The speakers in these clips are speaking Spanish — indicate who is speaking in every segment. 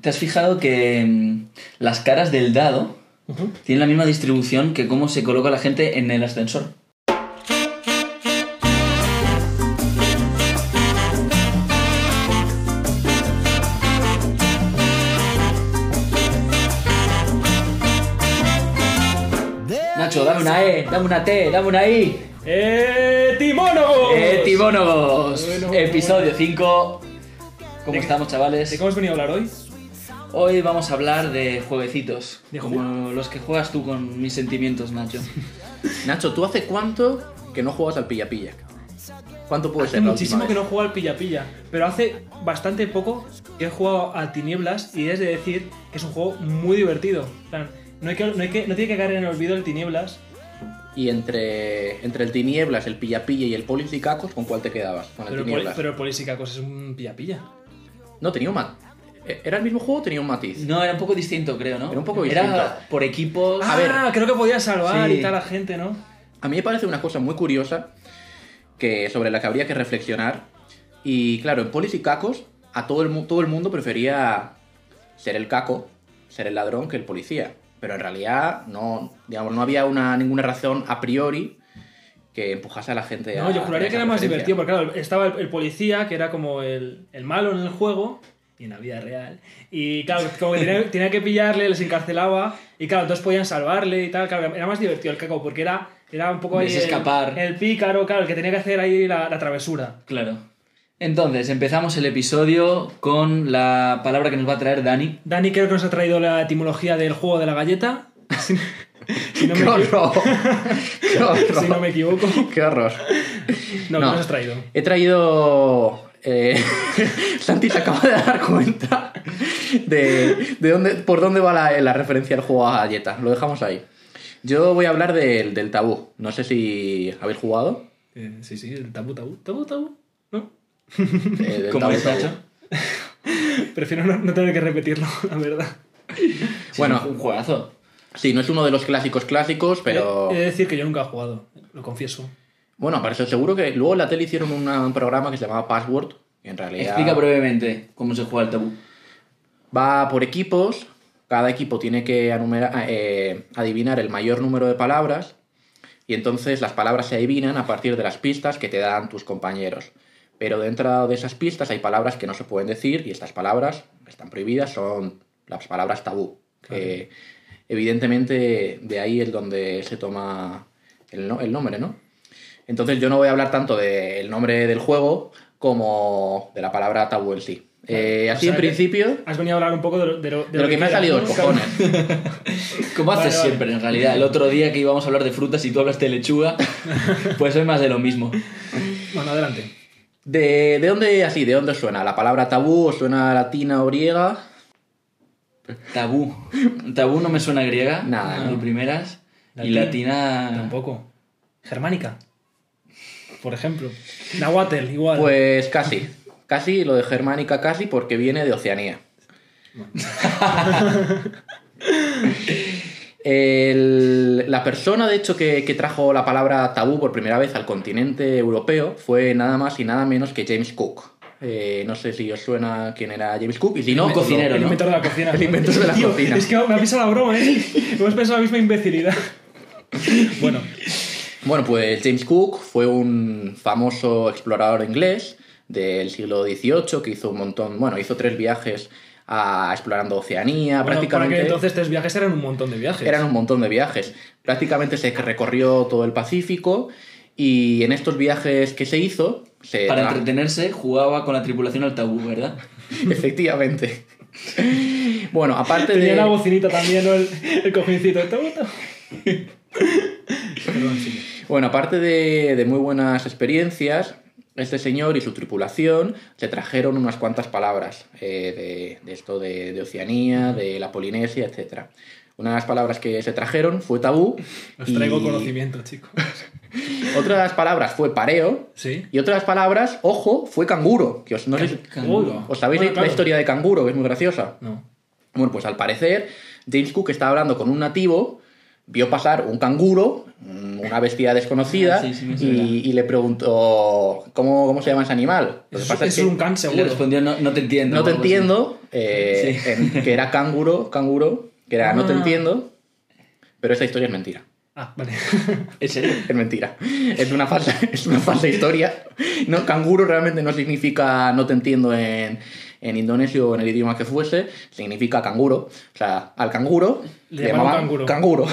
Speaker 1: ¿Te has fijado que mm, las caras del dado
Speaker 2: Ujú.
Speaker 1: tienen la misma distribución que cómo se coloca la gente en el ascensor? Nacho, dame una E, dame una T, dame una I.
Speaker 2: Eh, ¡Etimónogos!
Speaker 3: Eh,
Speaker 1: Etimónogos,
Speaker 2: Bueno,
Speaker 1: episodio 5.
Speaker 2: ¿De
Speaker 1: ¿Cómo
Speaker 2: qué-
Speaker 1: estamos,
Speaker 2: ¿De
Speaker 1: chavales?
Speaker 2: qué hemos venido a hablar hoy?
Speaker 1: Hoy vamos a hablar de jueguecitos,
Speaker 2: ¿De
Speaker 1: como los que juegas tú con mis sentimientos, Nacho.
Speaker 3: Nacho, ¿tú hace cuánto que no juegas al pilla-pilla? ¿Cuánto puede
Speaker 2: Hace
Speaker 3: ser? la
Speaker 2: muchísimo que
Speaker 3: última
Speaker 2: no juego al pilla-pilla, pero hace bastante poco que he jugado a Tinieblas y es de decir que es un juego muy divertido. En plan, No, hay que, no, hay que- no tiene que caer en el olvido el Tinieblas.
Speaker 3: vez? Y entre, entre el Tinieblas, el pilla-pilla y el Polis y Cacos, ¿con cuál te quedabas? Con el
Speaker 2: Pero, el poli-
Speaker 3: Tinieblas.
Speaker 2: pero el Polisicacos es un pilla-pilla.
Speaker 3: No, tenía un matiz. ¿Era el mismo juego o tenía un matiz?
Speaker 1: No, era un poco distinto, creo, ¿no?
Speaker 3: Era un poco
Speaker 1: Era
Speaker 3: distinto.
Speaker 1: por equipos.
Speaker 2: Ah,
Speaker 3: A ver.
Speaker 2: creo que podía salvar
Speaker 1: Sí.
Speaker 2: y tal a la gente, ¿no?
Speaker 3: A mí me parece una cosa muy curiosa que, sobre la que habría que reflexionar. Y claro, en Polis y Cacos, a todo el, mu- todo el mundo prefería ser el caco, ser el ladrón, que el policía. Pero en realidad no, digamos, no había una, ninguna razón a priori que empujase a la gente a.
Speaker 2: No, yo juraría
Speaker 3: a
Speaker 2: que
Speaker 3: esa
Speaker 2: era más
Speaker 3: preferencia.
Speaker 2: divertido, porque claro, estaba el, el policía, que era como el, el malo en el juego y en la vida real. Y claro, como que tenía, tenía que pillarle, les encarcelaba, y claro, entonces podían salvarle y tal. Claro, era más divertido el caco, porque era, era un poco ahí.
Speaker 1: Es
Speaker 2: el-
Speaker 1: escapar.
Speaker 2: El, pícaro, claro, el que tenía que hacer ahí la, la travesura.
Speaker 1: Claro. Entonces, empezamos el episodio con la palabra que nos va a traer Dani.
Speaker 2: Dani creo que nos ha traído la etimología del juego de la galleta. Si, no- si no, me,
Speaker 3: ¡Qué
Speaker 2: equivo-
Speaker 3: horror! ¡Qué horror!
Speaker 2: si no me equivoco.
Speaker 3: ¡Qué horror!
Speaker 2: No,
Speaker 3: No.
Speaker 2: no nos has traído.
Speaker 3: He traído. eh, Santi se acaba de dar cuenta de, de dónde, por dónde va la, la referencia al juego a Galleta. Lo dejamos ahí. Yo voy a hablar del, del tabú. No sé si habéis jugado.
Speaker 2: Eh, sí, sí, el tabú, tabú, tabú, tabú. ¿No?
Speaker 3: eh, del
Speaker 1: ¿Cómo
Speaker 3: tabú,
Speaker 1: es,
Speaker 3: tabú.
Speaker 1: Nacho?
Speaker 2: Prefiero no, no tener que repetirlo, la verdad.
Speaker 1: Sí,
Speaker 3: Bueno.
Speaker 1: Un juegazo.
Speaker 3: Sí, no es uno de los clásicos clásicos, pero.
Speaker 2: He,
Speaker 1: Eh,
Speaker 2: he de decir que yo nunca he jugado, lo confieso.
Speaker 3: Bueno, para eso seguro que luego en la tele hicieron una- un programa que se llamaba Password. que en realidad.
Speaker 1: Explica brevemente cómo se juega el tabú.
Speaker 3: Va por equipos. Cada equipo tiene que anumera- eh, adivinar el mayor número de palabras. Y entonces las palabras se adivinan a partir de las pistas que te dan tus compañeros. Pero dentro de esas pistas hay palabras que no se pueden decir y estas palabras que están prohibidas son las palabras tabú. que evidentemente de ahí es donde se toma el, no- el nombre, ¿no? Entonces yo no voy a hablar tanto del nombre del juego como de la palabra tabú en sí. Eh,
Speaker 2: O
Speaker 3: así
Speaker 2: sea
Speaker 3: en
Speaker 2: que-
Speaker 3: principio...
Speaker 2: Has venido a hablar un poco de lo, de lo- de
Speaker 3: De
Speaker 2: lo
Speaker 3: lo que me ha
Speaker 2: quieras,
Speaker 3: salido
Speaker 2: ¿no?
Speaker 3: los cojones.
Speaker 1: Como
Speaker 2: Vale,
Speaker 1: haces
Speaker 2: vale.
Speaker 1: siempre, en realidad. El otro día que íbamos a hablar de frutas y tú hablaste de lechuga, pues es más de lo mismo.
Speaker 2: Bueno, adelante.
Speaker 3: ¿De, de dónde así? ¿De dónde os suena? ¿La palabra tabú os suena latina o griega?
Speaker 1: Tabú. Tabú no me suena griega.
Speaker 3: Nada,
Speaker 1: Ni
Speaker 3: no.
Speaker 1: primeras. Y
Speaker 2: Latina.
Speaker 1: latina.
Speaker 2: Tampoco. Germánica. Por ejemplo. Nahuatl, igual.
Speaker 3: Pues casi. Casi, lo de germánica casi, porque viene de Oceanía. El- la persona, de hecho, que, que trajo la palabra tabú por primera vez al continente europeo fue nada más y nada menos que James Cook. Eh, no sé si os suena quién era James Cook y si no...
Speaker 1: Un
Speaker 3: os lo-
Speaker 1: cocinero,
Speaker 2: el
Speaker 1: ¿no?
Speaker 2: inventor de la cocina.
Speaker 3: El inventor de la
Speaker 2: Tío,
Speaker 3: cocina.
Speaker 2: Es que me ha pisado la broma, ¿eh? Hemos pensado la misma imbecilidad. Bueno,
Speaker 3: Bueno, pues James Cook fue un famoso explorador inglés del siglo XVIII que hizo un montón, bueno, hizo tres viajes a, explorando Oceanía,
Speaker 2: bueno, para
Speaker 3: Ah, prácticamente
Speaker 2: que entonces tres viajes eran un montón de viajes.
Speaker 3: eran un montón de viajes. Prácticamente se recorrió todo el Pacífico y en estos viajes que se hizo se
Speaker 1: Para
Speaker 3: tra-
Speaker 1: entretenerse, jugaba con la tripulación al tabú, ¿verdad?
Speaker 3: efectivamente. bueno, aparte
Speaker 2: Tenía
Speaker 3: de
Speaker 2: la bocinita también, ¿no? El, el cojincito. Tabú, tabú. Perdón, sigue.
Speaker 3: Bueno, aparte de, de muy buenas experiencias, este señor y su tripulación se trajeron unas cuantas palabras eh, de, de esto de, de Oceanía, de la Polinesia, etc. Una de las palabras que se trajeron fue tabú.
Speaker 2: Os traigo
Speaker 3: y
Speaker 2: conocimiento, chicos.
Speaker 3: Otra de las palabras fue pareo.
Speaker 2: Sí.
Speaker 3: Y otra de las palabras, ojo, fue canguro. Que os, no sé si-
Speaker 1: Canguro.
Speaker 3: ¿os sabéis
Speaker 2: Bueno,
Speaker 3: la
Speaker 2: claro.
Speaker 3: historia de canguro, que es muy graciosa.
Speaker 2: No.
Speaker 3: Bueno, pues al parecer, James Cook estaba hablando con un nativo vio pasar un canguro, mm, una bestia desconocida,
Speaker 1: Ah, Sí, sí, me suena.
Speaker 3: y, y le preguntó, ¿cómo, ¿cómo se llama ese animal? Lo que
Speaker 2: Es,
Speaker 3: pasa es
Speaker 2: es
Speaker 3: que
Speaker 2: un can
Speaker 1: Le
Speaker 2: seguro.
Speaker 1: respondió, no, no te entiendo.
Speaker 3: no te
Speaker 1: o algo así.
Speaker 3: entiendo, eh,
Speaker 1: Sí.
Speaker 3: en- que era canguro, canguro, que era no te
Speaker 2: Ah.
Speaker 3: entiendo, pero esta historia es mentira.
Speaker 2: Ah, vale.
Speaker 1: ¿En serio?
Speaker 3: Es mentira. Es una falsa, es una falsa historia. No, canguro realmente no significa no te entiendo en, en indonesio o en el idioma que fuese. Significa canguro. O sea, al canguro
Speaker 2: Le llamaban canguro.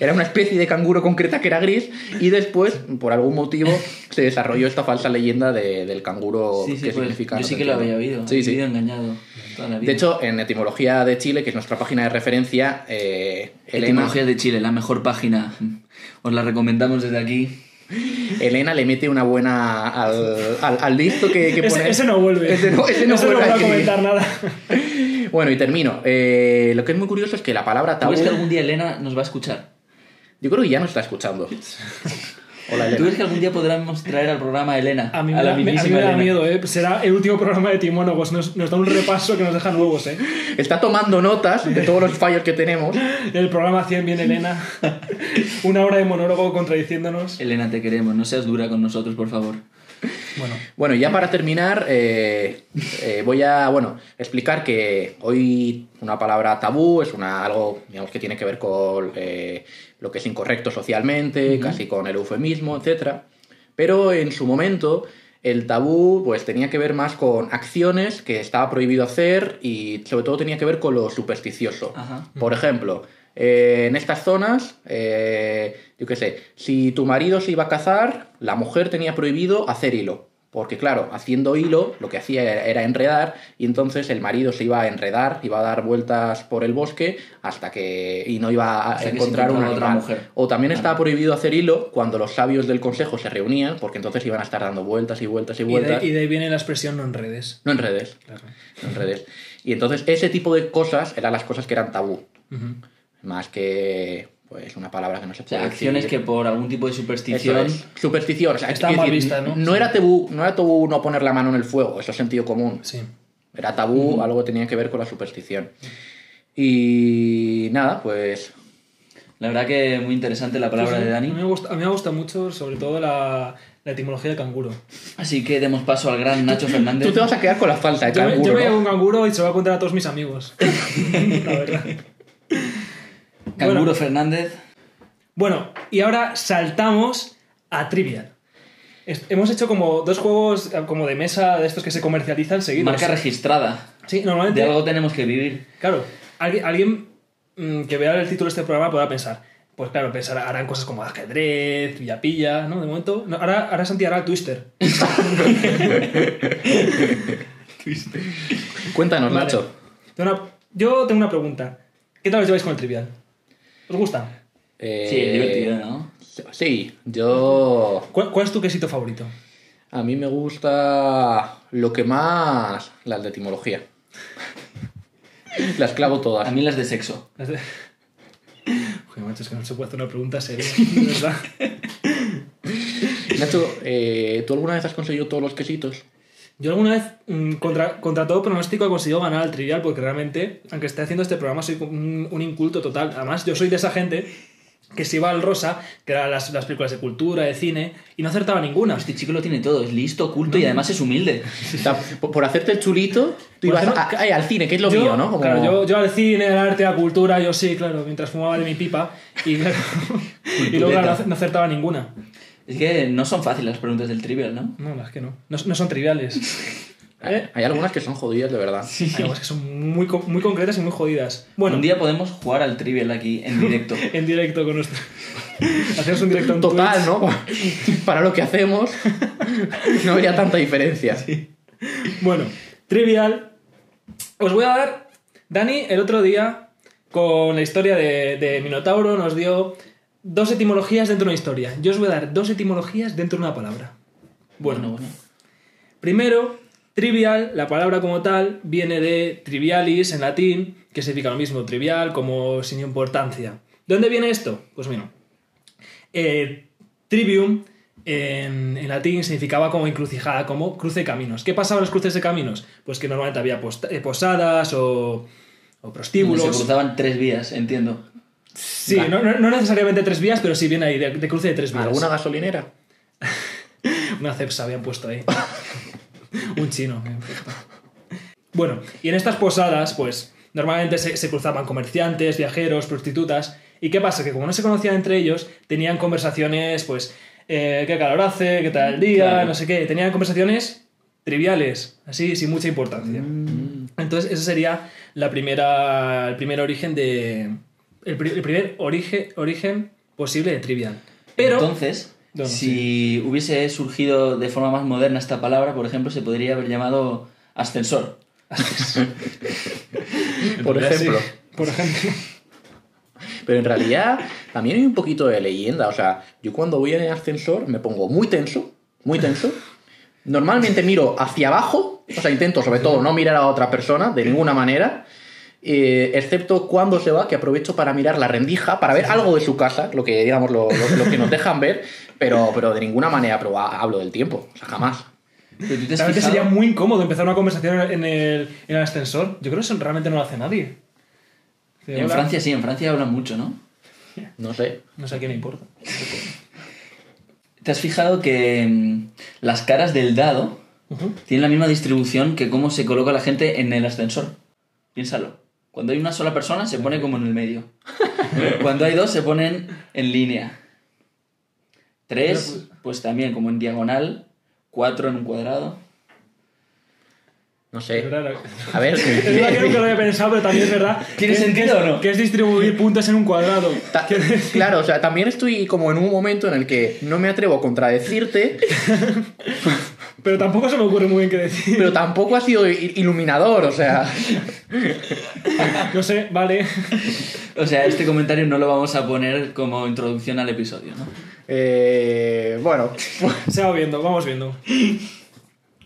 Speaker 3: Era una especie de canguro concreta que era gris y después, por algún motivo, se desarrolló esta falsa leyenda de- del canguro
Speaker 1: Sí, sí,
Speaker 3: que
Speaker 1: pues,
Speaker 3: significa.
Speaker 1: yo
Speaker 3: no
Speaker 1: sí
Speaker 3: te
Speaker 1: que lo había
Speaker 3: entiendo.
Speaker 1: oído.
Speaker 3: Sí,
Speaker 1: he
Speaker 3: sí.
Speaker 1: vivido engañado toda la vida.
Speaker 3: De hecho, en Etimología de Chile, que es nuestra página de referencia, eh, Elena,
Speaker 1: Etimología de Chile, la mejor página. Os la recomendamos desde aquí.
Speaker 3: Elena le mete una buena al, al, al listo que, que pone.
Speaker 2: Ese, ese no vuelve.
Speaker 3: Ese no, ese no
Speaker 2: Ese
Speaker 3: vuelve
Speaker 2: va a
Speaker 3: aquí.
Speaker 2: comentar nada.
Speaker 3: Bueno, y termino. Eh, lo que es muy curioso es que la palabra
Speaker 1: ¿Tú
Speaker 3: tabú.
Speaker 1: ves que algún día Elena nos va a escuchar?
Speaker 3: Yo creo que ya nos está escuchando. Hola,
Speaker 1: ¿Tú
Speaker 3: Elena.
Speaker 1: ves que algún día podremos traer al programa a Elena?
Speaker 2: A mí me,
Speaker 1: a la
Speaker 2: da, me- a mí me
Speaker 1: mismísima
Speaker 2: da
Speaker 1: Elena.
Speaker 2: miedo, ¿eh? Será el último programa de Timónogos. Nos, nos da un repaso que nos deja nuevos, ¿eh?
Speaker 3: Está tomando notas de todos los fallos que tenemos.
Speaker 2: El programa 100 viene Elena. Una hora de monólogo contradiciéndonos.
Speaker 1: Elena, te queremos. No seas dura con nosotros, por favor.
Speaker 2: Bueno,
Speaker 3: Bueno, ya para terminar, eh, eh, voy a bueno, explicar que hoy una palabra tabú es una, algo digamos, que tiene que ver con eh, lo que es incorrecto socialmente, casi con el eufemismo, etc. Pero en su momento el tabú pues, tenía que ver más con acciones que estaba prohibido hacer y sobre todo tenía que ver con lo supersticioso.
Speaker 1: Ajá.
Speaker 3: Por ejemplo, eh, en estas zonas, eh, yo qué sé, si tu marido se iba a cazar, la mujer tenía prohibido hacer hilo. Porque claro, haciendo hilo lo que hacía era- era enredar y entonces el marido se iba a enredar, iba a dar vueltas por el bosque hasta que... y no iba a
Speaker 1: Hasta que se
Speaker 3: encontrar una
Speaker 1: encontraba otra mujer.
Speaker 3: O también estaba prohibido hacer hilo cuando los sabios del consejo se reunían porque entonces iban a estar dando vueltas y vueltas y
Speaker 2: y de,
Speaker 3: vueltas.
Speaker 2: y de ahí viene la expresión no en redes.
Speaker 3: No enredes,
Speaker 2: Claro.
Speaker 3: no enredes. Y entonces ese tipo de cosas eran las cosas que eran tabú
Speaker 2: Ujú.
Speaker 3: más que pues una palabra que no se
Speaker 1: O
Speaker 3: puede
Speaker 1: sea, acciones que
Speaker 3: decir.
Speaker 1: por algún tipo de
Speaker 3: Eso
Speaker 1: superstición...
Speaker 3: es, superstición o sea,
Speaker 2: Está
Speaker 3: quiero
Speaker 2: mal
Speaker 3: decir,
Speaker 2: vista, ¿no?
Speaker 3: era tabú no era tabú no poner la mano en el fuego eso es sentido común
Speaker 2: Sí.
Speaker 3: era tabú algo que tenía que ver con la superstición y nada pues
Speaker 1: La verdad que muy interesante la palabra de
Speaker 2: A
Speaker 1: Dani.
Speaker 2: mí me gusta, a mí me gusta mucho, sobre todo, la, la etimología del canguro.
Speaker 1: Así que demos paso al gran Nacho
Speaker 3: tú
Speaker 1: Fernández.
Speaker 3: te vas a quedar con la falta de
Speaker 2: Yo, me- yo
Speaker 3: canguro
Speaker 2: me llevo
Speaker 3: ¿no?
Speaker 2: un canguro y se lo voy a contar a todos mis amigos. la verdad.
Speaker 1: Canguro
Speaker 2: Bueno.
Speaker 1: Fernández.
Speaker 2: Bueno, y ahora saltamos a Trivial. Es- Hemos hecho como dos juegos eh, como de mesa de estos que se comercializan seguidos.
Speaker 1: Marca registrada.
Speaker 2: Sí,
Speaker 1: De
Speaker 2: normalmente.
Speaker 1: algo tenemos que vivir.
Speaker 2: Claro, alguien, alguien, mm, que vea el título de este programa podrá pensar. Pues claro, pensar, harán cosas como ajedrez, pilla pilla, ¿no? De momento. no, ahora, ahora Santi hará el Twister.
Speaker 3: cuéntanos
Speaker 2: Vale.
Speaker 3: Nacho
Speaker 2: Tengo una- yo tengo una pregunta. ¿Qué tal os lleváis con el trivial? ¿Os gusta?
Speaker 3: Eh,
Speaker 1: Sí, divertido, ¿no?
Speaker 3: sí yo
Speaker 2: ¿Cuál, cuál es tu quesito favorito?
Speaker 3: a mí me gusta lo que más las de etimología las clavo todas
Speaker 1: A mí las de sexo.
Speaker 2: Las de- Joder, macho, es que no se puede hacer una pregunta seria, de ¿verdad?
Speaker 3: Nacho, eh, ¿tú alguna vez has conseguido todos los quesitos?
Speaker 2: Yo alguna vez, mm, contra, contra todo pronóstico, he conseguido ganar al trivial porque realmente, aunque esté haciendo este programa, soy un, un inculto total. Además, yo soy de esa gente que se iba al Rosa, que eran las, las películas de cultura, de cine, y no acertaba ninguna.
Speaker 1: Este chico lo tiene todo. Es listo, culto y además es humilde.
Speaker 3: O sea, por, por hacerte el chulito, tú
Speaker 2: Por
Speaker 3: ibas
Speaker 2: hacerme-
Speaker 3: a- ay, al cine, que es lo
Speaker 2: yo,
Speaker 3: mío, ¿no? Como-
Speaker 2: Claro, yo, yo al cine, al arte, a la cultura, yo sí, claro, mientras fumaba de mi pipa y, claro, y luego claro, no acertaba ninguna.
Speaker 1: Es que no son fáciles las preguntas del trivial, ¿no?
Speaker 2: No, las que no. No, no son triviales. ¿eh?
Speaker 3: Hay, hay algunas que son jodidas, de verdad.
Speaker 2: Hay cosas que son muy, co- muy concretas y muy jodidas. Bueno,
Speaker 1: Un día podemos jugar al trivial aquí en directo.
Speaker 2: en directo con nuestro. Hacemos un directo en
Speaker 3: Total,
Speaker 2: Twitch.
Speaker 3: ¿no? Para lo que hacemos, no habría tanta diferencia.
Speaker 2: Bueno, trivial. Os voy a dar. Dani, el otro día, con la historia de, de Minotauro, nos dio dos etimologías dentro de una historia. Yo os voy a dar dos etimologías dentro de una palabra.
Speaker 1: Bueno, bueno.
Speaker 2: Primero, trivial, la palabra como tal, viene de trivialis en latín, que significa lo mismo, trivial, como sin importancia. ¿De dónde viene esto? Pues mira, eh, trivium en, en latín significaba como encrucijada, como cruce de caminos. ¿Qué pasaba en los cruces de caminos? Pues que normalmente había post- eh, posadas o, o
Speaker 1: Donde Se
Speaker 2: prostíbulos.
Speaker 1: cruzaban tres vías, entiendo.
Speaker 2: Sí, no, no- no necesariamente tres vías, pero sí viene ahí, de, de cruce de tres vías.
Speaker 3: ¿Alguna gasolinera?
Speaker 2: Una cepsa habían puesto ahí. Un chino. me han puesto. Bueno, y en estas posadas, pues, normalmente se, se cruzaban comerciantes, viajeros, prostitutas. ¿Y qué pasa? Que como no se conocían entre ellos, tenían conversaciones, pues, eh, qué calor hace, qué tal el día,
Speaker 1: Claro.
Speaker 2: no sé qué. Tenían conversaciones triviales, así, sin mucha importancia. Entonces, ese sería la primera, el primer origen de... El, pri- el primer origen, origen posible de trivial. Pero...
Speaker 1: Entonces,
Speaker 2: No, no,
Speaker 1: si hubiese surgido de forma más moderna esta palabra, por ejemplo, se podría haber llamado ascensor.
Speaker 3: Por
Speaker 2: Sí,
Speaker 3: ejemplo.
Speaker 2: por ejemplo.
Speaker 3: Pero en realidad también hay un poquito de leyenda. O sea, yo cuando voy en el ascensor me pongo muy tenso, muy tenso. Normalmente miro hacia abajo, o sea, intento sobre todo no mirar a otra persona de ninguna manera, eh, excepto cuando se va, que aprovecho para mirar la rendija, para ver algo de su casa, lo que digamos, lo, lo- lo que nos dejan ver, pero, pero de ninguna manera pero ha- hablo del tiempo, o sea, jamás.
Speaker 1: Pero tú te has
Speaker 2: Realmente
Speaker 1: fijado-
Speaker 2: sería muy incómodo empezar una conversación en el, en el ascensor. Yo creo que eso realmente no lo hace nadie. Sí,
Speaker 1: En
Speaker 2: hola.
Speaker 1: Francia sí, en Francia hablan mucho, ¿no?
Speaker 3: No sé.
Speaker 2: No sé a quién le importa.
Speaker 1: ¿Te has fijado que mm, las caras del dado tienen la misma distribución que cómo se coloca la gente en el ascensor? Piénsalo. Cuando hay una sola persona se pone como en el medio. Cuando hay dos se ponen en línea. Tres, pues también como en diagonal. Cuatro en un cuadrado.
Speaker 3: No
Speaker 1: Eh.
Speaker 2: Es
Speaker 3: sé.
Speaker 2: verdad,
Speaker 3: A ver.
Speaker 2: es verdad que nunca lo había pensado, pero también es verdad.
Speaker 1: ¿Tiene
Speaker 2: que es-
Speaker 1: sentido
Speaker 2: que
Speaker 1: o
Speaker 2: es-
Speaker 1: no?
Speaker 2: Que es distribuir puntos en un cuadrado.
Speaker 3: Ta- claro, o sea, también estoy como en un momento en el que no me atrevo a contradecirte,
Speaker 2: Pero tampoco se me ocurre muy bien qué decir.
Speaker 3: pero tampoco ha sido i- iluminador, o sea.
Speaker 2: No sé, vale.
Speaker 1: O sea, este comentario no lo vamos a poner como introducción al episodio, ¿no?
Speaker 3: eh, bueno,
Speaker 2: Se va viendo, vamos viendo.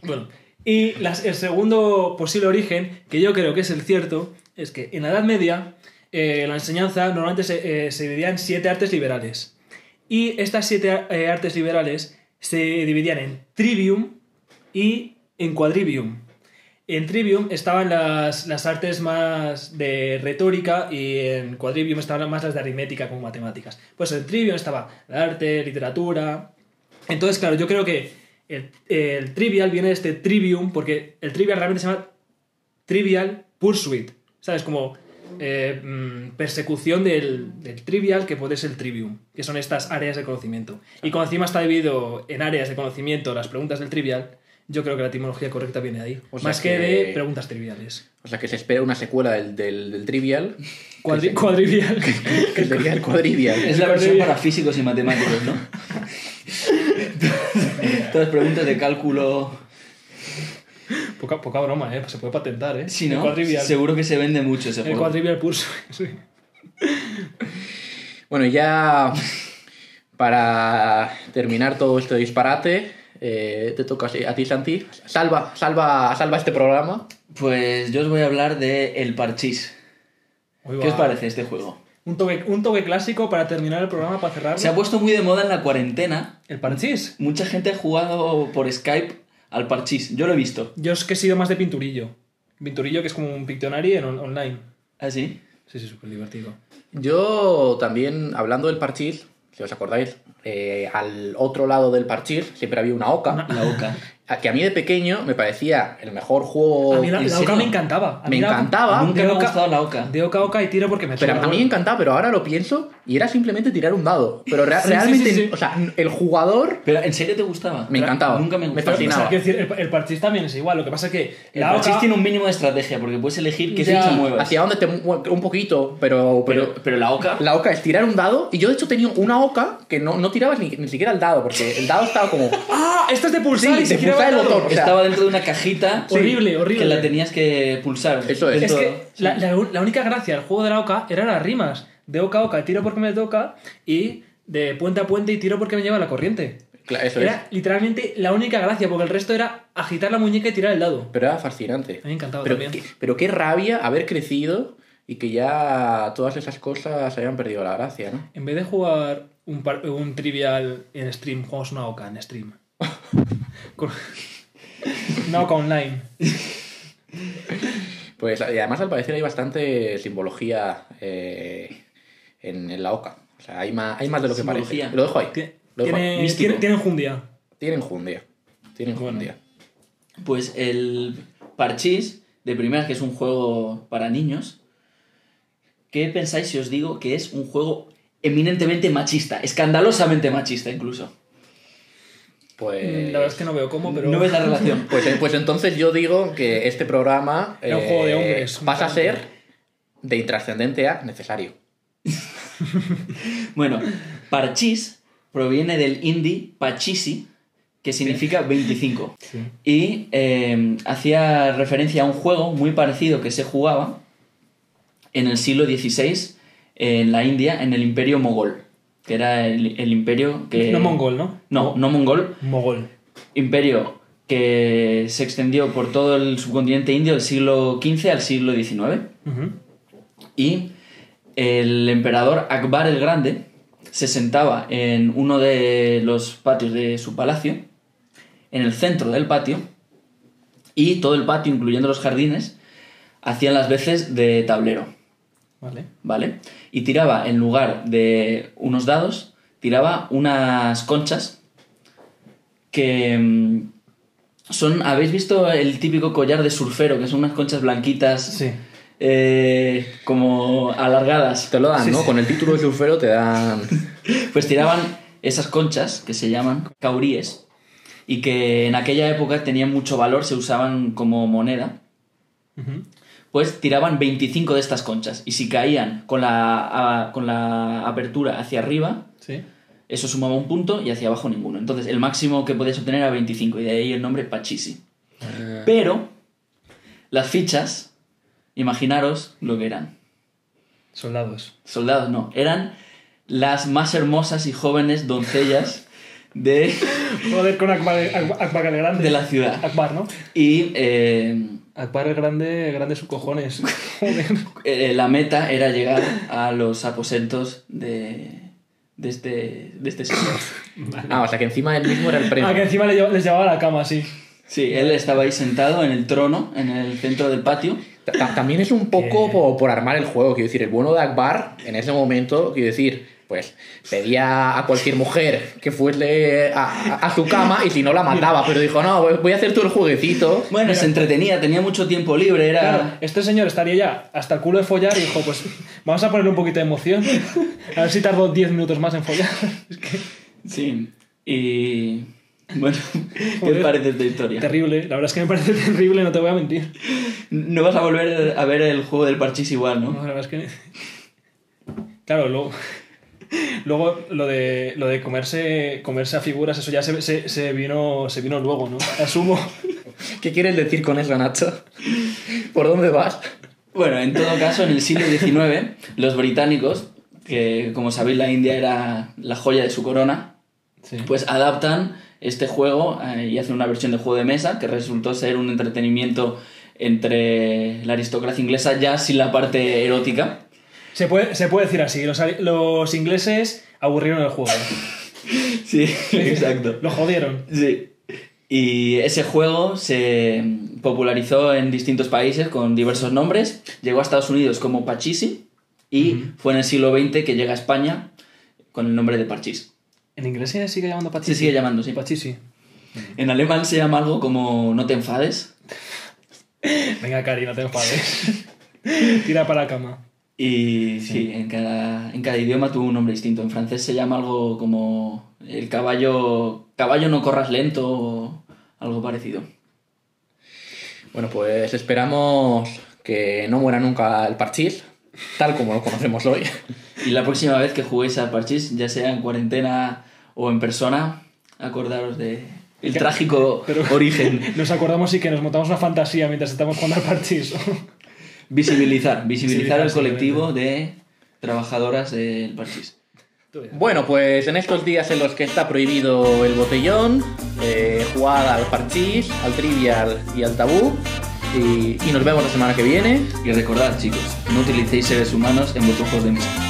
Speaker 2: Bueno, y las- el segundo posible origen, que yo creo que es el cierto, es que en la Edad Media eh, la enseñanza normalmente se, eh, se dividía en siete artes liberales. Y estas siete a- eh, artes liberales se dividían en trivium y en quadrivium. En trivium estaban las, las artes más de retórica y en quadrivium estaban más las de aritmética como matemáticas. Pues en trivium estaba la arte, literatura, entonces, claro, yo creo que el, el trivial viene de este trivium, porque el trivial realmente se llama trivial pursuit, ¿sabes? Como eh, mm, persecución del, del trivial que puede ser el trivium, que son estas áreas de conocimiento. Y como encima está dividido en áreas de conocimiento las preguntas del trivial, yo creo que la etimología correcta viene de ahí,
Speaker 3: O sea
Speaker 2: más que,
Speaker 3: que-
Speaker 2: de preguntas triviales.
Speaker 3: o sea que se espera una secuela del, del, del Trivial,
Speaker 2: Cuadri- cuadrivial.
Speaker 3: que sería el Quadrivial.
Speaker 1: Es la versión para físicos y matemáticos, ¿no? Todas preguntas de cálculo.
Speaker 2: poca, poca broma, ¿eh? Se puede patentar, ¿eh?
Speaker 1: Si
Speaker 2: El
Speaker 1: no,
Speaker 2: cuadrivial.
Speaker 1: seguro que se vende mucho ese
Speaker 2: El
Speaker 1: juego.
Speaker 2: cuadrivial pursuit. sí.
Speaker 3: Bueno, y ya para terminar todo este disparate, eh, te toca a ti, Santi. Salva, salva, salva este programa.
Speaker 1: Pues yo os voy a hablar de El Parchís.
Speaker 2: Uy,
Speaker 1: ¿Qué os
Speaker 2: va.
Speaker 1: parece este juego?
Speaker 2: Un toque, un toque clásico para terminar el programa, para cerrarlo.
Speaker 1: Se ha puesto muy de moda en la cuarentena.
Speaker 2: El parchís.
Speaker 1: Mucha gente ha jugado por Skype al Parchís. Yo lo he visto.
Speaker 2: Yo es que he sido más de pinturillo. Pinturillo que es como un Pictionary en on- online.
Speaker 1: ¿Ah, sí?
Speaker 2: Sí, sí, súper divertido.
Speaker 3: Yo también, hablando del parchís, si os acordáis, eh, al otro lado del parchís siempre había una oca,
Speaker 1: La boca.
Speaker 3: a- que a mí de pequeño me parecía el mejor juego.
Speaker 2: A mí la,
Speaker 1: ¿en
Speaker 2: la Oca
Speaker 1: serio?
Speaker 2: me encantaba. A mí
Speaker 3: Oh, Me
Speaker 2: la Oca-
Speaker 3: encantaba.
Speaker 1: Nunca me ha
Speaker 2: Oca-
Speaker 1: gustado la oca.
Speaker 2: De Oca a Oca y tiro porque me
Speaker 3: Pero
Speaker 2: suena.
Speaker 3: a mí me encantaba, pero ahora lo pienso y era simplemente tirar un dado. Pero rea-
Speaker 2: Sí, sí,
Speaker 3: realmente,
Speaker 2: sí, sí.
Speaker 3: o sea, el jugador
Speaker 1: ¿Pero en serio te gustaba?
Speaker 3: me encantaba.
Speaker 1: Nunca me
Speaker 3: Me
Speaker 1: gustaba.
Speaker 2: O sea,
Speaker 3: fascinaba.
Speaker 2: quiero decir, el, el parchís también es igual. Lo que pasa es que
Speaker 1: El
Speaker 2: la
Speaker 1: Parchís
Speaker 2: Oca.
Speaker 1: tiene un mínimo de estrategia porque puedes elegir qué
Speaker 2: Ya.
Speaker 1: ficha muevas.
Speaker 3: hacia dónde te mue- un poquito, pero, pero,
Speaker 1: Pero, pero la oca.
Speaker 3: la oca es tirar un dado. Y yo, de hecho, tenía una oca que no, no tirabas ni, ni siquiera el dado, porque el dado estaba como.
Speaker 2: ¡Ah! Esta es de pulsar
Speaker 3: Sí,
Speaker 2: y se
Speaker 3: de
Speaker 2: gira
Speaker 3: pulsar el
Speaker 2: bailando.
Speaker 3: botón. O sea,
Speaker 1: estaba dentro de una cajita
Speaker 2: Sí. Horrible, horrible.
Speaker 1: que la tenías que pulsar.
Speaker 3: Eso es.
Speaker 2: Es
Speaker 1: Dentro-
Speaker 2: que la, la un- la única gracia del juego de la Oca eran las rimas. De Oca a Oca tiro porque me toca y de puente a puente y tiro porque me lleva la corriente.
Speaker 3: Cla- Eso es.
Speaker 2: Era literalmente la única gracia, porque el resto era agitar la muñeca y tirar el dado.
Speaker 3: Pero era fascinante.
Speaker 2: A mí me encantaba
Speaker 3: Pero
Speaker 2: también.
Speaker 3: qué, pero qué rabia haber crecido y que ya todas esas cosas hayan perdido la gracia, ¿no?
Speaker 2: En vez de jugar un, par- un trivial en stream, jugamos una Oca en stream. Con- una Oca online.
Speaker 3: Pues y además al parecer hay bastante simbología eh, en, en la OCA. O sea, hay más, hay más de lo que
Speaker 1: Simbología.
Speaker 3: parece. Lo dejo ahí.
Speaker 2: Tiene,
Speaker 3: Lo dejo ahí.
Speaker 2: tiene,
Speaker 1: místico.
Speaker 2: tiene- tiene enjundia.
Speaker 3: Tiene enjundia. Tiene enjundia.
Speaker 1: Pues el Parchís, de primeras, que es un juego para niños. ¿Qué pensáis si os digo que es un juego eminentemente machista? Escandalosamente machista, incluso.
Speaker 3: Pues.
Speaker 2: Mm, La verdad es que Eh, no veo cómo, pero.
Speaker 1: No ves la relación.
Speaker 3: Pues, eh, pues entonces yo digo que este programa
Speaker 2: Era un juego de hombres,
Speaker 3: pasa a
Speaker 2: bastante.
Speaker 3: ser de intrascendente a necesario.
Speaker 1: Bueno, Parchís proviene del hindi Pachisi, que significa 25. Y eh, hacía referencia a un juego muy parecido que se jugaba en el siglo XVI en la India, en el imperio mogol, que era el, el imperio que...
Speaker 2: No mongol, ¿no?
Speaker 1: No, no mongol.
Speaker 2: Mogol.
Speaker 1: Imperio que se extendió por todo el subcontinente indio del siglo XV al siglo XIX.
Speaker 2: Ujú.
Speaker 1: Y el emperador Akbar el Grande se sentaba en uno de los patios de su palacio, en el centro del patio, y todo el patio, incluyendo los jardines, hacían las veces de tablero,
Speaker 2: Vale.
Speaker 1: ¿vale? Y tiraba, en lugar de unos dados, tiraba unas conchas que mm, son... ¿Habéis visto el típico collar de surfero, que son unas conchas blanquitas?
Speaker 2: Sí.
Speaker 1: eh, como alargadas.
Speaker 3: Te lo dan, ¿no? Con el título de surfero te dan.
Speaker 1: Pues tiraban esas conchas que se llaman cauríes y que en aquella época tenían mucho valor, se usaban como moneda.
Speaker 2: Ujú.
Speaker 1: Pues tiraban 25 de estas conchas y si caían con la, a- con la apertura hacia arriba,
Speaker 2: Sí.
Speaker 1: eso sumaba un punto y hacia abajo ninguno. Entonces el máximo que podías obtener era 25 y de ahí el nombre Pachisi. Pero las fichas, imaginaros lo que eran.
Speaker 2: Soldados.
Speaker 1: Soldados no, eran las más hermosas y jóvenes doncellas de,
Speaker 2: Joder, con Akbar, Akbar, Akbar el Grande.
Speaker 1: de la ciudad.
Speaker 2: Akbar, ¿no?
Speaker 1: Y eh,
Speaker 2: Akbar el Grande, grande sus cojones. Joder.
Speaker 1: eh, la meta era llegar a los aposentos de, de, este, de este señor.
Speaker 3: Ah, o sea que encima él mismo era el
Speaker 2: Ah, que
Speaker 3: premio.
Speaker 2: encima le lleva- les llevaba a la cama, sí.
Speaker 1: Sí, él estaba ahí sentado en el trono, en el centro del patio.
Speaker 3: Ta- ta- También es un poco
Speaker 2: Que-
Speaker 3: por, por armar el juego, quiero decir, el bueno de Akbar en ese momento, quiero decir, pues pedía a cualquier mujer que fuese a, a- a su cama y si no la mataba, pero dijo, no, voy a hacer tú el jueguecito.
Speaker 1: Bueno, se entretenía, tenía mucho tiempo libre, era...
Speaker 2: Claro, este señor estaría ya hasta el culo de follar y dijo, pues vamos a ponerle un poquito de emoción. A ver si tardo 10 minutos más en follar. Es que
Speaker 1: Sí, y... Bueno, ¿qué
Speaker 2: Joder.
Speaker 1: os parece esta historia?
Speaker 2: terrible. ¿eh? La verdad es que me parece terrible, no te voy a mentir.
Speaker 1: No vas a volver a ver el juego del parchís igual, ¿no?
Speaker 2: No, la verdad es que... Claro, luego... Luego lo de, lo de comerse, comerse a figuras, eso ya se, se- se vino, se vino luego, ¿no? Asumo.
Speaker 3: ¿Qué quieres decir con eso, Nacho? ¿Por dónde vas?
Speaker 1: Bueno, en todo caso, en el siglo XIX, los británicos, que como sabéis la India era la joya de su corona,
Speaker 2: Sí.
Speaker 1: pues adaptan este juego eh, y hacen una versión de juego de mesa que resultó ser un entretenimiento entre la aristocracia inglesa ya sin la parte erótica.
Speaker 2: Se puede, se puede decir así, los, los ingleses aburrieron el juego.
Speaker 1: Sí, exacto.
Speaker 2: Lo jodieron.
Speaker 1: Sí. Y ese juego se popularizó en distintos países con diversos nombres. Llegó a Estados Unidos como Pachisi y fue en el siglo XX que llega a España con el nombre de Parchís.
Speaker 2: ¿En inglés se sigue llamando
Speaker 1: Se
Speaker 2: Pachisi?
Speaker 1: sigue llamando, sí.
Speaker 2: Pachisi.
Speaker 1: En alemán se llama algo como No te enfades.
Speaker 2: Venga, Cari, no te enfades. Tira para la cama.
Speaker 1: Y sí, en, cada, en cada idioma tuvo un nombre distinto. En francés se llama algo como el caballo, caballo no corras lento o algo parecido.
Speaker 3: Bueno, pues esperamos que no muera nunca el parchís, tal como lo conocemos hoy.
Speaker 1: Y la próxima vez que juguéis al parchís, ya sea en cuarentena o en persona, acordaros de el trágico
Speaker 2: Pero-
Speaker 1: origen.
Speaker 2: Nos acordamos y que nos montamos una fantasía mientras estamos jugando al parchís.
Speaker 1: Visibilizar, visibilizar el
Speaker 2: Visibilizar,
Speaker 1: colectivo de trabajadoras del parchís.
Speaker 3: Bueno, pues en estos días en los que está prohibido el botellón, eh, jugar al parchís, al trivial y al tabú. Y, y nos vemos la semana que viene.
Speaker 1: Y recordad, chicos, no utilicéis seres humanos en vuestros juegos de mesa.